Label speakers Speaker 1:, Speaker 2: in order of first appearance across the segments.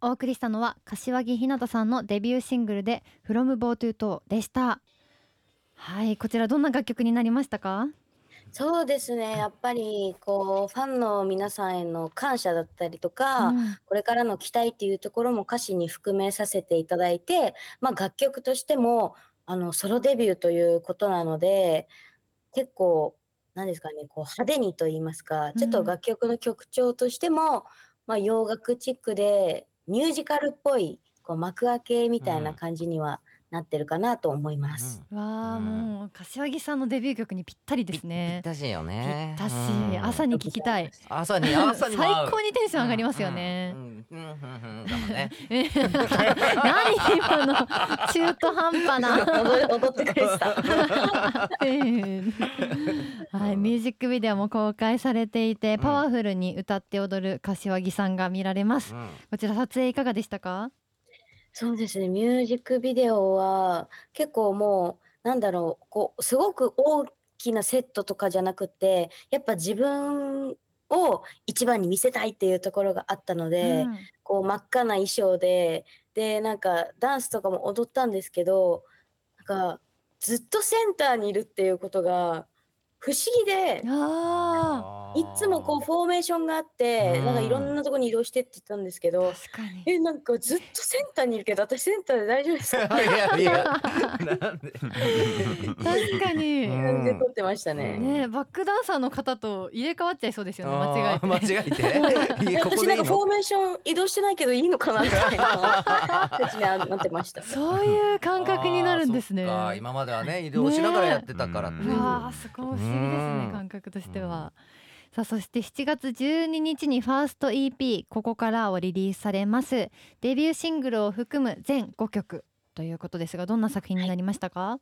Speaker 1: お送りしたのは柏木ひなたさんのデビューシングルで「FromBoToTo」でしたはいこちらどんな楽曲になりましたか
Speaker 2: そうですねやっぱりこうファンの皆さんへの感謝だったりとか、
Speaker 1: うん
Speaker 2: これからの期待っていうところも歌詞に含めさせていただいて、まあ、楽曲としてもあのソロデビューということなので結構何ですかねこう派手にと言いますかちょっ
Speaker 1: う
Speaker 2: と
Speaker 1: ん
Speaker 2: 楽曲の曲調としても、まあ、洋楽チックでミュージカルっぽいこう幕開けみたいな感じにはなってるかなと思います。
Speaker 1: わあ、
Speaker 3: うん
Speaker 1: もう柏木さんのデビュー曲にぴったりです
Speaker 3: ぴっ
Speaker 1: ね
Speaker 3: たしよ
Speaker 1: ぴ
Speaker 3: ね。
Speaker 1: ったし
Speaker 3: うん
Speaker 1: 朝に聞きたい
Speaker 3: 朝に朝
Speaker 1: 最
Speaker 3: にも合う
Speaker 1: 高にテンション上がりますよね
Speaker 3: う。んうんうんうんうんだもんね
Speaker 1: え何今の中途半端な。
Speaker 2: 踊 り踊ってくれてた。
Speaker 1: はい、ミュージックビデオも公開されていて、
Speaker 3: ん
Speaker 1: パワフルに歌って踊る柏木さんが見られます。
Speaker 3: うん
Speaker 1: こちら撮影いかがでしたか？
Speaker 2: そうですね、ミュージックビデオは結構もう、なんだろう、こう、すごく大きなセットとかじゃなくて、やっぱ自分を一番に見せたいっていうところがあったので、
Speaker 1: うん
Speaker 2: こう真っ赤な衣装で、で、なんかダンスとかも踊ったんですけど、なんかずっとセンターにいるっていうことが不思議で、
Speaker 1: あ
Speaker 2: いつもこうフォーメーションがあって、なんかいろんなとこに移動してって言ったんですけ
Speaker 1: あ、
Speaker 2: ど、
Speaker 1: 確かに。
Speaker 2: え、なんかずっとセンターにいるけど、私センターで大丈夫ですか
Speaker 3: いやいやなんで
Speaker 1: 確かに。
Speaker 3: うん
Speaker 2: 感じで撮ってましたね。
Speaker 1: ね、バックダンサーの方と入れ替わっちゃいそうですよね。間違えて。
Speaker 3: あー間違えていやここ
Speaker 2: 私
Speaker 3: で
Speaker 2: ないんか
Speaker 3: い
Speaker 2: フ
Speaker 3: の
Speaker 2: ォーメーション移動してないけどいいのかなみたいな説明になってました。
Speaker 1: そういう感覚になるんですね。
Speaker 3: あーそっか今まではね移動しながらやってたからっていうう
Speaker 1: わあそこも不思議ですね
Speaker 3: うん
Speaker 1: 感覚として
Speaker 3: うん
Speaker 1: は。さあそして7月12日にファースト EP「ここから」をリリースされますデビューシングルを含む全5曲ということですがどんな作品になりましたか、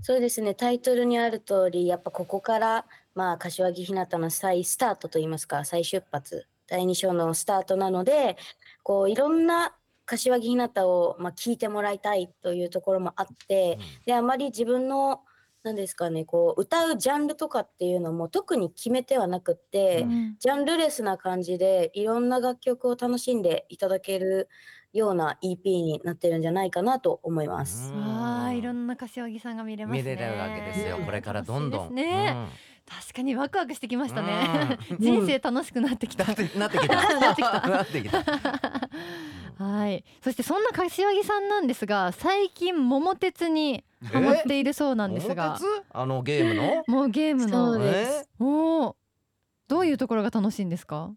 Speaker 2: そうですねタイトルにある通りやっぱここから、まあ、柏木ひなたの再スタートといいますか再出発第2章のスタートなのでこういろんな柏木ひなたを、まあ、聞いてもらいたいというところもあって、であまり自分のなんですかねこう歌うジャンルとかっていうのも特に決めてはなくって、
Speaker 1: うん
Speaker 2: ジャンルレスな感じでいろんな楽曲を楽しんでいただけるような EP になってるんじゃないかなと思います。
Speaker 1: わあいろ
Speaker 3: な、
Speaker 1: んな柏木さんが見れますね
Speaker 3: 見れるわけですよこれからどんどん、
Speaker 1: 楽しいですね、確かにワクワクしてきましたね、
Speaker 2: う ん
Speaker 1: 人生楽しくなってき
Speaker 3: う
Speaker 1: た、
Speaker 3: んだってなってきた
Speaker 1: なってきた
Speaker 3: なってきた
Speaker 1: はいそしてそんな柏木さんなんですが最近桃鉄にハマっているそうなんですが
Speaker 3: 桃鉄あのゲームの
Speaker 1: もうゲームの
Speaker 2: そうです
Speaker 1: おお、どういうところが楽しいんですか？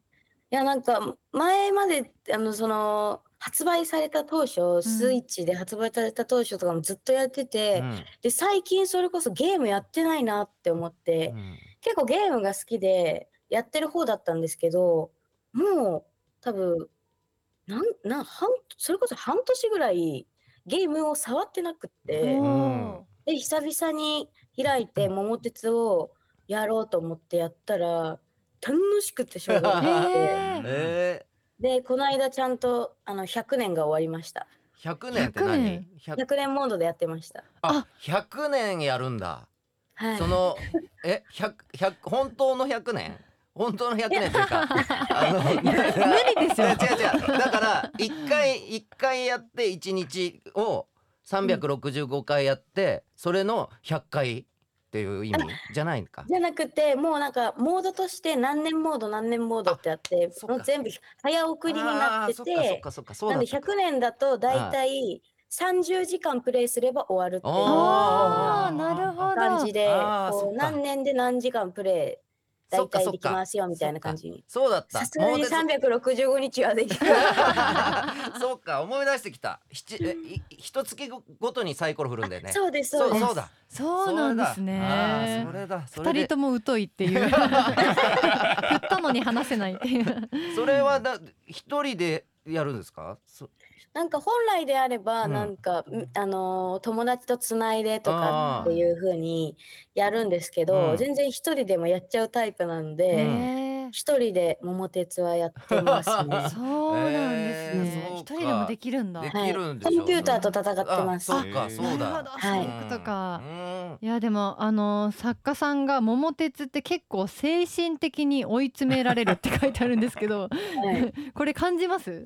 Speaker 2: いやなんか前まであのその発売された当初、スイッチで発売された当初とかもずっとやって
Speaker 3: え
Speaker 2: て、
Speaker 3: うん
Speaker 2: で最近それこそゲームやってないなって思って、
Speaker 3: うん
Speaker 2: 結構ゲームが好きでやってる方だったんですけどもう多分なんなん半それこそ半年ぐらいゲームを触ってなくって。
Speaker 1: お
Speaker 2: で久々に開いて「桃鉄」をやろうと思ってやったら楽しくてしょうが
Speaker 1: ー、
Speaker 2: なくて
Speaker 1: へえ
Speaker 3: え
Speaker 2: でこの間ちゃんとあの100年が終わりました
Speaker 3: ー、100年って何100
Speaker 2: 100年モードでやってました
Speaker 3: あ100年やるんだ
Speaker 2: はい
Speaker 3: そのえ100 100本当の100年本当の100年という かあの無
Speaker 1: 無理ですよ
Speaker 3: 違う違うだから一回一回やって一日を365回やってそれの100回っていう意味じゃないのか
Speaker 2: じゃなくてもうなんかモードとして何年モード何年モードってあって
Speaker 3: そっか
Speaker 2: もう全部早送りになって
Speaker 3: あーそってかそっかそっかそう
Speaker 2: な
Speaker 3: だ
Speaker 2: んで100年だと大体30時間プレイすれば終わるってい
Speaker 1: あ
Speaker 3: あー
Speaker 1: ーなるほど。
Speaker 2: う感じで
Speaker 3: あー
Speaker 2: こ
Speaker 3: そっ
Speaker 2: う
Speaker 3: か
Speaker 2: 何年で何時間プレイ
Speaker 3: そ
Speaker 2: 大
Speaker 3: っか
Speaker 2: 体
Speaker 3: そっ
Speaker 2: でき
Speaker 3: か
Speaker 2: ますよみたいな感じに。
Speaker 3: そうだった
Speaker 2: さすがに
Speaker 3: もうで
Speaker 2: 365日はできない。
Speaker 3: そうか思い出してきた七えい一月ごごとにサイコロ振るんだよね
Speaker 2: そうですそうです。
Speaker 3: そうだ
Speaker 1: そうなんです
Speaker 3: あー
Speaker 1: ね
Speaker 3: そ。れだそ
Speaker 1: 二
Speaker 3: れ
Speaker 1: 人
Speaker 3: で
Speaker 1: とも疎いっていう。振ったのに話せないっていう。
Speaker 3: それはだ一人でやるんですかそ
Speaker 2: なんか本来であれば、
Speaker 3: うん
Speaker 2: なんか、んあのー友達とつないでとかっていう風にやるんですけ
Speaker 3: あー
Speaker 2: ど、
Speaker 3: うん
Speaker 2: 全然一人でもやっちゃうタイプなんで、
Speaker 3: うん
Speaker 1: へー。
Speaker 2: 一人で桃鉄はやってますね
Speaker 1: そうなんです
Speaker 3: えー
Speaker 1: ね。
Speaker 3: そう
Speaker 1: 一
Speaker 3: か
Speaker 1: 人でもできるんだ。
Speaker 3: で
Speaker 1: な
Speaker 2: は
Speaker 3: き
Speaker 2: い。
Speaker 3: るんでしょ
Speaker 2: コンピューターと戦ってま
Speaker 3: あ
Speaker 2: す。
Speaker 3: そ
Speaker 2: は
Speaker 3: うか
Speaker 4: えー
Speaker 3: そうだ
Speaker 1: るほど、そう
Speaker 2: はいいう
Speaker 1: こと
Speaker 3: う
Speaker 1: か。
Speaker 3: ん
Speaker 1: いやでもあの作家さんが桃鉄って結構精神的に追い詰められるって書いてあるんですけど、
Speaker 2: はい、
Speaker 1: これ感じます？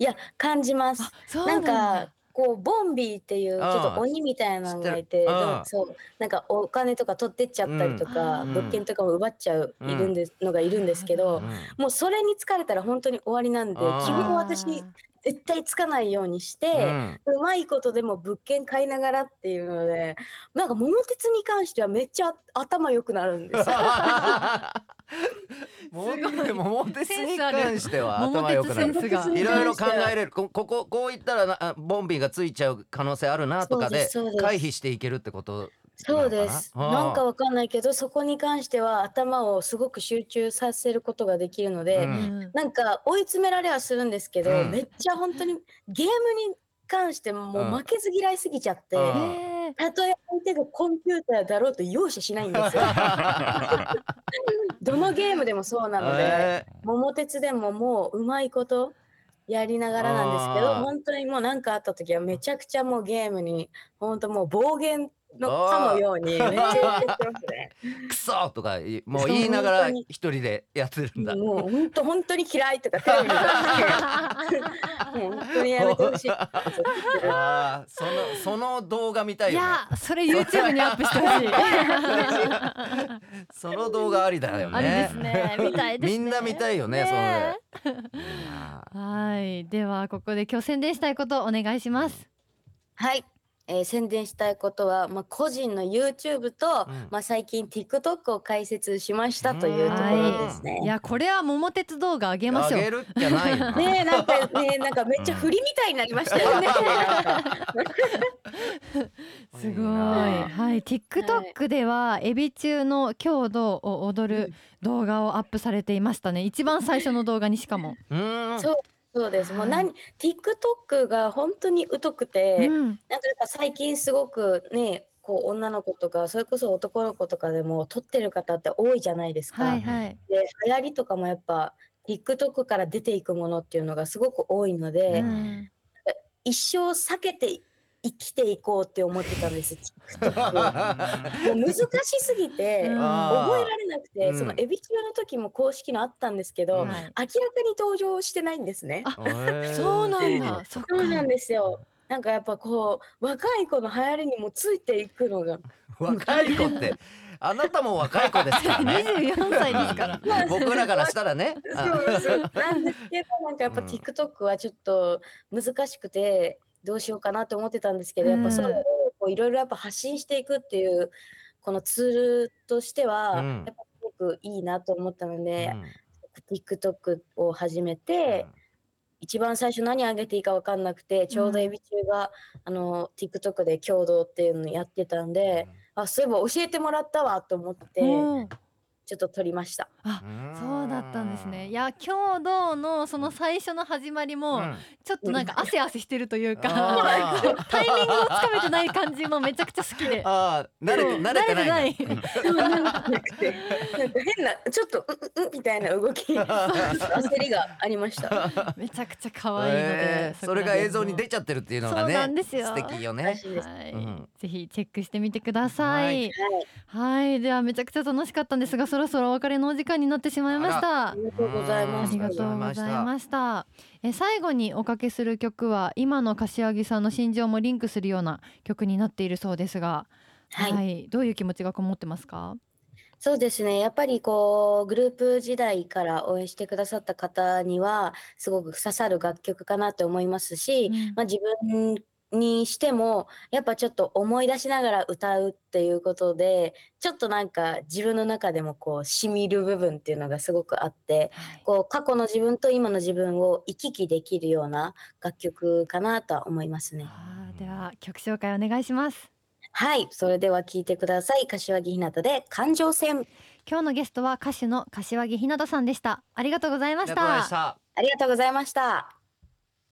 Speaker 2: いや感じます
Speaker 1: あ、そう
Speaker 2: な
Speaker 1: なんんだ
Speaker 2: か。こうボンビーっていうち
Speaker 3: ああ
Speaker 2: ょっと鬼みたいなのがいて
Speaker 3: 知ってる
Speaker 2: で
Speaker 3: あ
Speaker 2: も
Speaker 3: あ
Speaker 2: そうなんかお金とか取ってっちゃったりとか、
Speaker 1: うん
Speaker 2: 物件とかも奪っちゃう、
Speaker 3: うん
Speaker 2: いるんですのがいるんですけど、
Speaker 1: うん
Speaker 2: もうそれに疲れたら本当に終わりなんで
Speaker 3: ああ
Speaker 2: 希望を私絶対つかないようにして、
Speaker 3: うん
Speaker 2: うまいことでも物件買いながらっていうのでなんか桃鉄に関してはめっちゃ頭良くなるんですよ
Speaker 3: もう桃鉄に関しては
Speaker 1: 桃
Speaker 3: 頭良く
Speaker 1: 鉄
Speaker 3: な
Speaker 1: セ
Speaker 3: る
Speaker 1: ンスが
Speaker 2: 桃鉄
Speaker 3: いろいろ考えれるこ こここう言ったらなあボンビーがついちゃう可能性あるなとかで
Speaker 2: そうですそうです
Speaker 3: 回避していけるってこと
Speaker 2: そうです
Speaker 3: なのかな
Speaker 2: なんかわかんないけどそこに関しては頭をすごく集中させることができるので、
Speaker 3: う
Speaker 1: うんん
Speaker 2: なんか追い詰められはするんですけど、
Speaker 3: うん
Speaker 2: めっちゃ本当にゲームに関しても
Speaker 3: うん
Speaker 2: う負けず嫌いすぎちゃって、
Speaker 3: うん
Speaker 1: えー
Speaker 2: たとえ相手がコンピューターだろうと容赦しないんですよどのゲームでもそうなので、
Speaker 3: えー
Speaker 2: 桃鉄でももううまいことやりながらなんですけど
Speaker 3: あー
Speaker 2: 本当にもう何かあった時はめちゃくちゃもうゲームに本当もう暴言のかのようにめっちゃやってます ね。
Speaker 3: クソとか いもう言いながら
Speaker 2: そう本当に
Speaker 3: 一人でやってるんだ。
Speaker 2: もう本当本当に嫌いとかテレビにもう本当にやめてほ しい。
Speaker 3: あーそのその動画見たい
Speaker 1: い
Speaker 3: よね。
Speaker 1: や、それ YouTube にアップしてほしい。
Speaker 3: その動画ありだよね。
Speaker 1: ありですね。みたいです
Speaker 3: み
Speaker 1: ね。
Speaker 3: んな見たいよね。
Speaker 1: ね
Speaker 3: それ。いいな
Speaker 1: はい、ではここで今日宣伝したいことお願いします。
Speaker 2: はい、えー宣伝したいことは、まあ、個人の YouTube と、
Speaker 3: うん
Speaker 2: まあ、最近 TikTok を開設しましたというところですね。
Speaker 1: いや、これは桃鉄動画あげま
Speaker 3: あ
Speaker 1: しょ
Speaker 3: げ
Speaker 1: う。
Speaker 3: るっきゃないよな。
Speaker 2: ねえなんかねえなんかめっちゃ振りみたいになりました よね。なんか
Speaker 1: すごい。
Speaker 3: な
Speaker 1: はい、TikTok ではエビ中の強度を踊る動画をアップされていましたね。一番最初の動画にしかも。
Speaker 3: うーん。
Speaker 2: そうそうです。もう
Speaker 1: はい
Speaker 2: 何 TikTok が本当に疎くて、
Speaker 1: うん、
Speaker 2: なんかやっぱ最近すごくねこう女の子とかそれこそ男の子とかでも撮ってる方って多いじゃないですか。
Speaker 1: はいはい。
Speaker 2: で流行りとかもやっぱ TikTok から出ていくものっていうのがすごく多いので、
Speaker 1: うん
Speaker 2: 一生避けて生きていこうって思ってたん です TikTok もう難しすぎて
Speaker 1: うん
Speaker 2: 覚えら
Speaker 3: あ
Speaker 2: れなくて、
Speaker 3: うん
Speaker 2: そのエビ中の時も公式のあったんですけど、
Speaker 3: うん
Speaker 2: 明
Speaker 1: はい
Speaker 2: らかに登場してないんですね。
Speaker 1: あ
Speaker 3: ー。
Speaker 1: そうなん
Speaker 3: へー
Speaker 1: だ。そっか
Speaker 2: そう。なんですよ。なんかやっぱこう若い子の流行りにもついていくのが
Speaker 3: 若い子ってあなたも若い子ですから
Speaker 1: 二
Speaker 3: ね。
Speaker 1: 十四歳ですから。
Speaker 3: 僕らからしたらね。あ
Speaker 2: そうなんですよなんですけどなんかやっぱ
Speaker 3: うん
Speaker 2: TikTok はちょっと難しくてどうしようかなと思ってたんですけど、やっ
Speaker 1: う
Speaker 2: ぱ
Speaker 1: ん
Speaker 2: それをこういろいろやっぱ発信していくっていうこのツールとしては、
Speaker 3: うん
Speaker 2: やっぱすごくいいなと思ったので
Speaker 3: う、ん
Speaker 2: TikTok を始めて、一番最初何上げていいか分かんなくてちょうどエビ中が、あの TikTok で共同っていうのやってたんで、あそういえば教えてもらったわと思って
Speaker 1: おー
Speaker 2: ちょっと撮りました。
Speaker 3: ん
Speaker 1: そうだったんですね。いや、共同のその最初の始まりも。
Speaker 3: うん
Speaker 1: ちょっとなんか汗汗してるという
Speaker 3: あ
Speaker 1: か
Speaker 3: ー
Speaker 1: タイミングをつかめてない感じもめちゃくちゃ好きで
Speaker 3: あ ー慣れて
Speaker 1: そう
Speaker 3: 慣れてないん
Speaker 1: 慣れ
Speaker 3: だ。
Speaker 1: てない
Speaker 2: そうなくてなんか 変なちょっとうんうんみたいな動き 焦りがありました。
Speaker 1: めちゃくちゃ可愛いので、
Speaker 3: えーそれが映像に出ちゃってるっていうのがね。
Speaker 1: そうなんですよ
Speaker 3: 素敵よ
Speaker 2: ら
Speaker 3: ね。
Speaker 2: しいです。
Speaker 1: はい、
Speaker 3: うん
Speaker 1: ぜひチェックしてみてください
Speaker 2: はい、
Speaker 1: はいではめちゃくちゃ楽しかったんですがそろそろお別れのお時間になってしまいました
Speaker 2: ありがとうござい
Speaker 1: あ
Speaker 2: ます。
Speaker 1: りがとうございましたえ最後におかけする曲は今の柏木さんの心情もリンクするような曲になっているそうですが
Speaker 2: はい
Speaker 1: どういう気持ちがこもってますか
Speaker 2: そうですね。やっぱりこう、グループ時代から応援してくださった方には、すごく刺さる楽曲かなと思いますし、
Speaker 1: うん
Speaker 2: まあ、自分にしても、やっぱちょっと思い出しながら歌うっていうことで、ちょっとなんか自分の中でもこう、染みる部分っていうのがすごくあって、
Speaker 1: はい
Speaker 2: こう、過去の自分と今の自分を行き来できるような楽曲かなとは思いますね。
Speaker 1: あーでは曲紹介お願いします
Speaker 2: はい。それでは聴いてください。柏木ひなたで、感情線。
Speaker 1: 今日のゲストは歌手の柏木ひなたさんでしたありがとうござい
Speaker 3: あ
Speaker 1: ま
Speaker 3: り
Speaker 1: し
Speaker 3: がとうございま
Speaker 1: た
Speaker 3: した。
Speaker 2: ありがとうございました。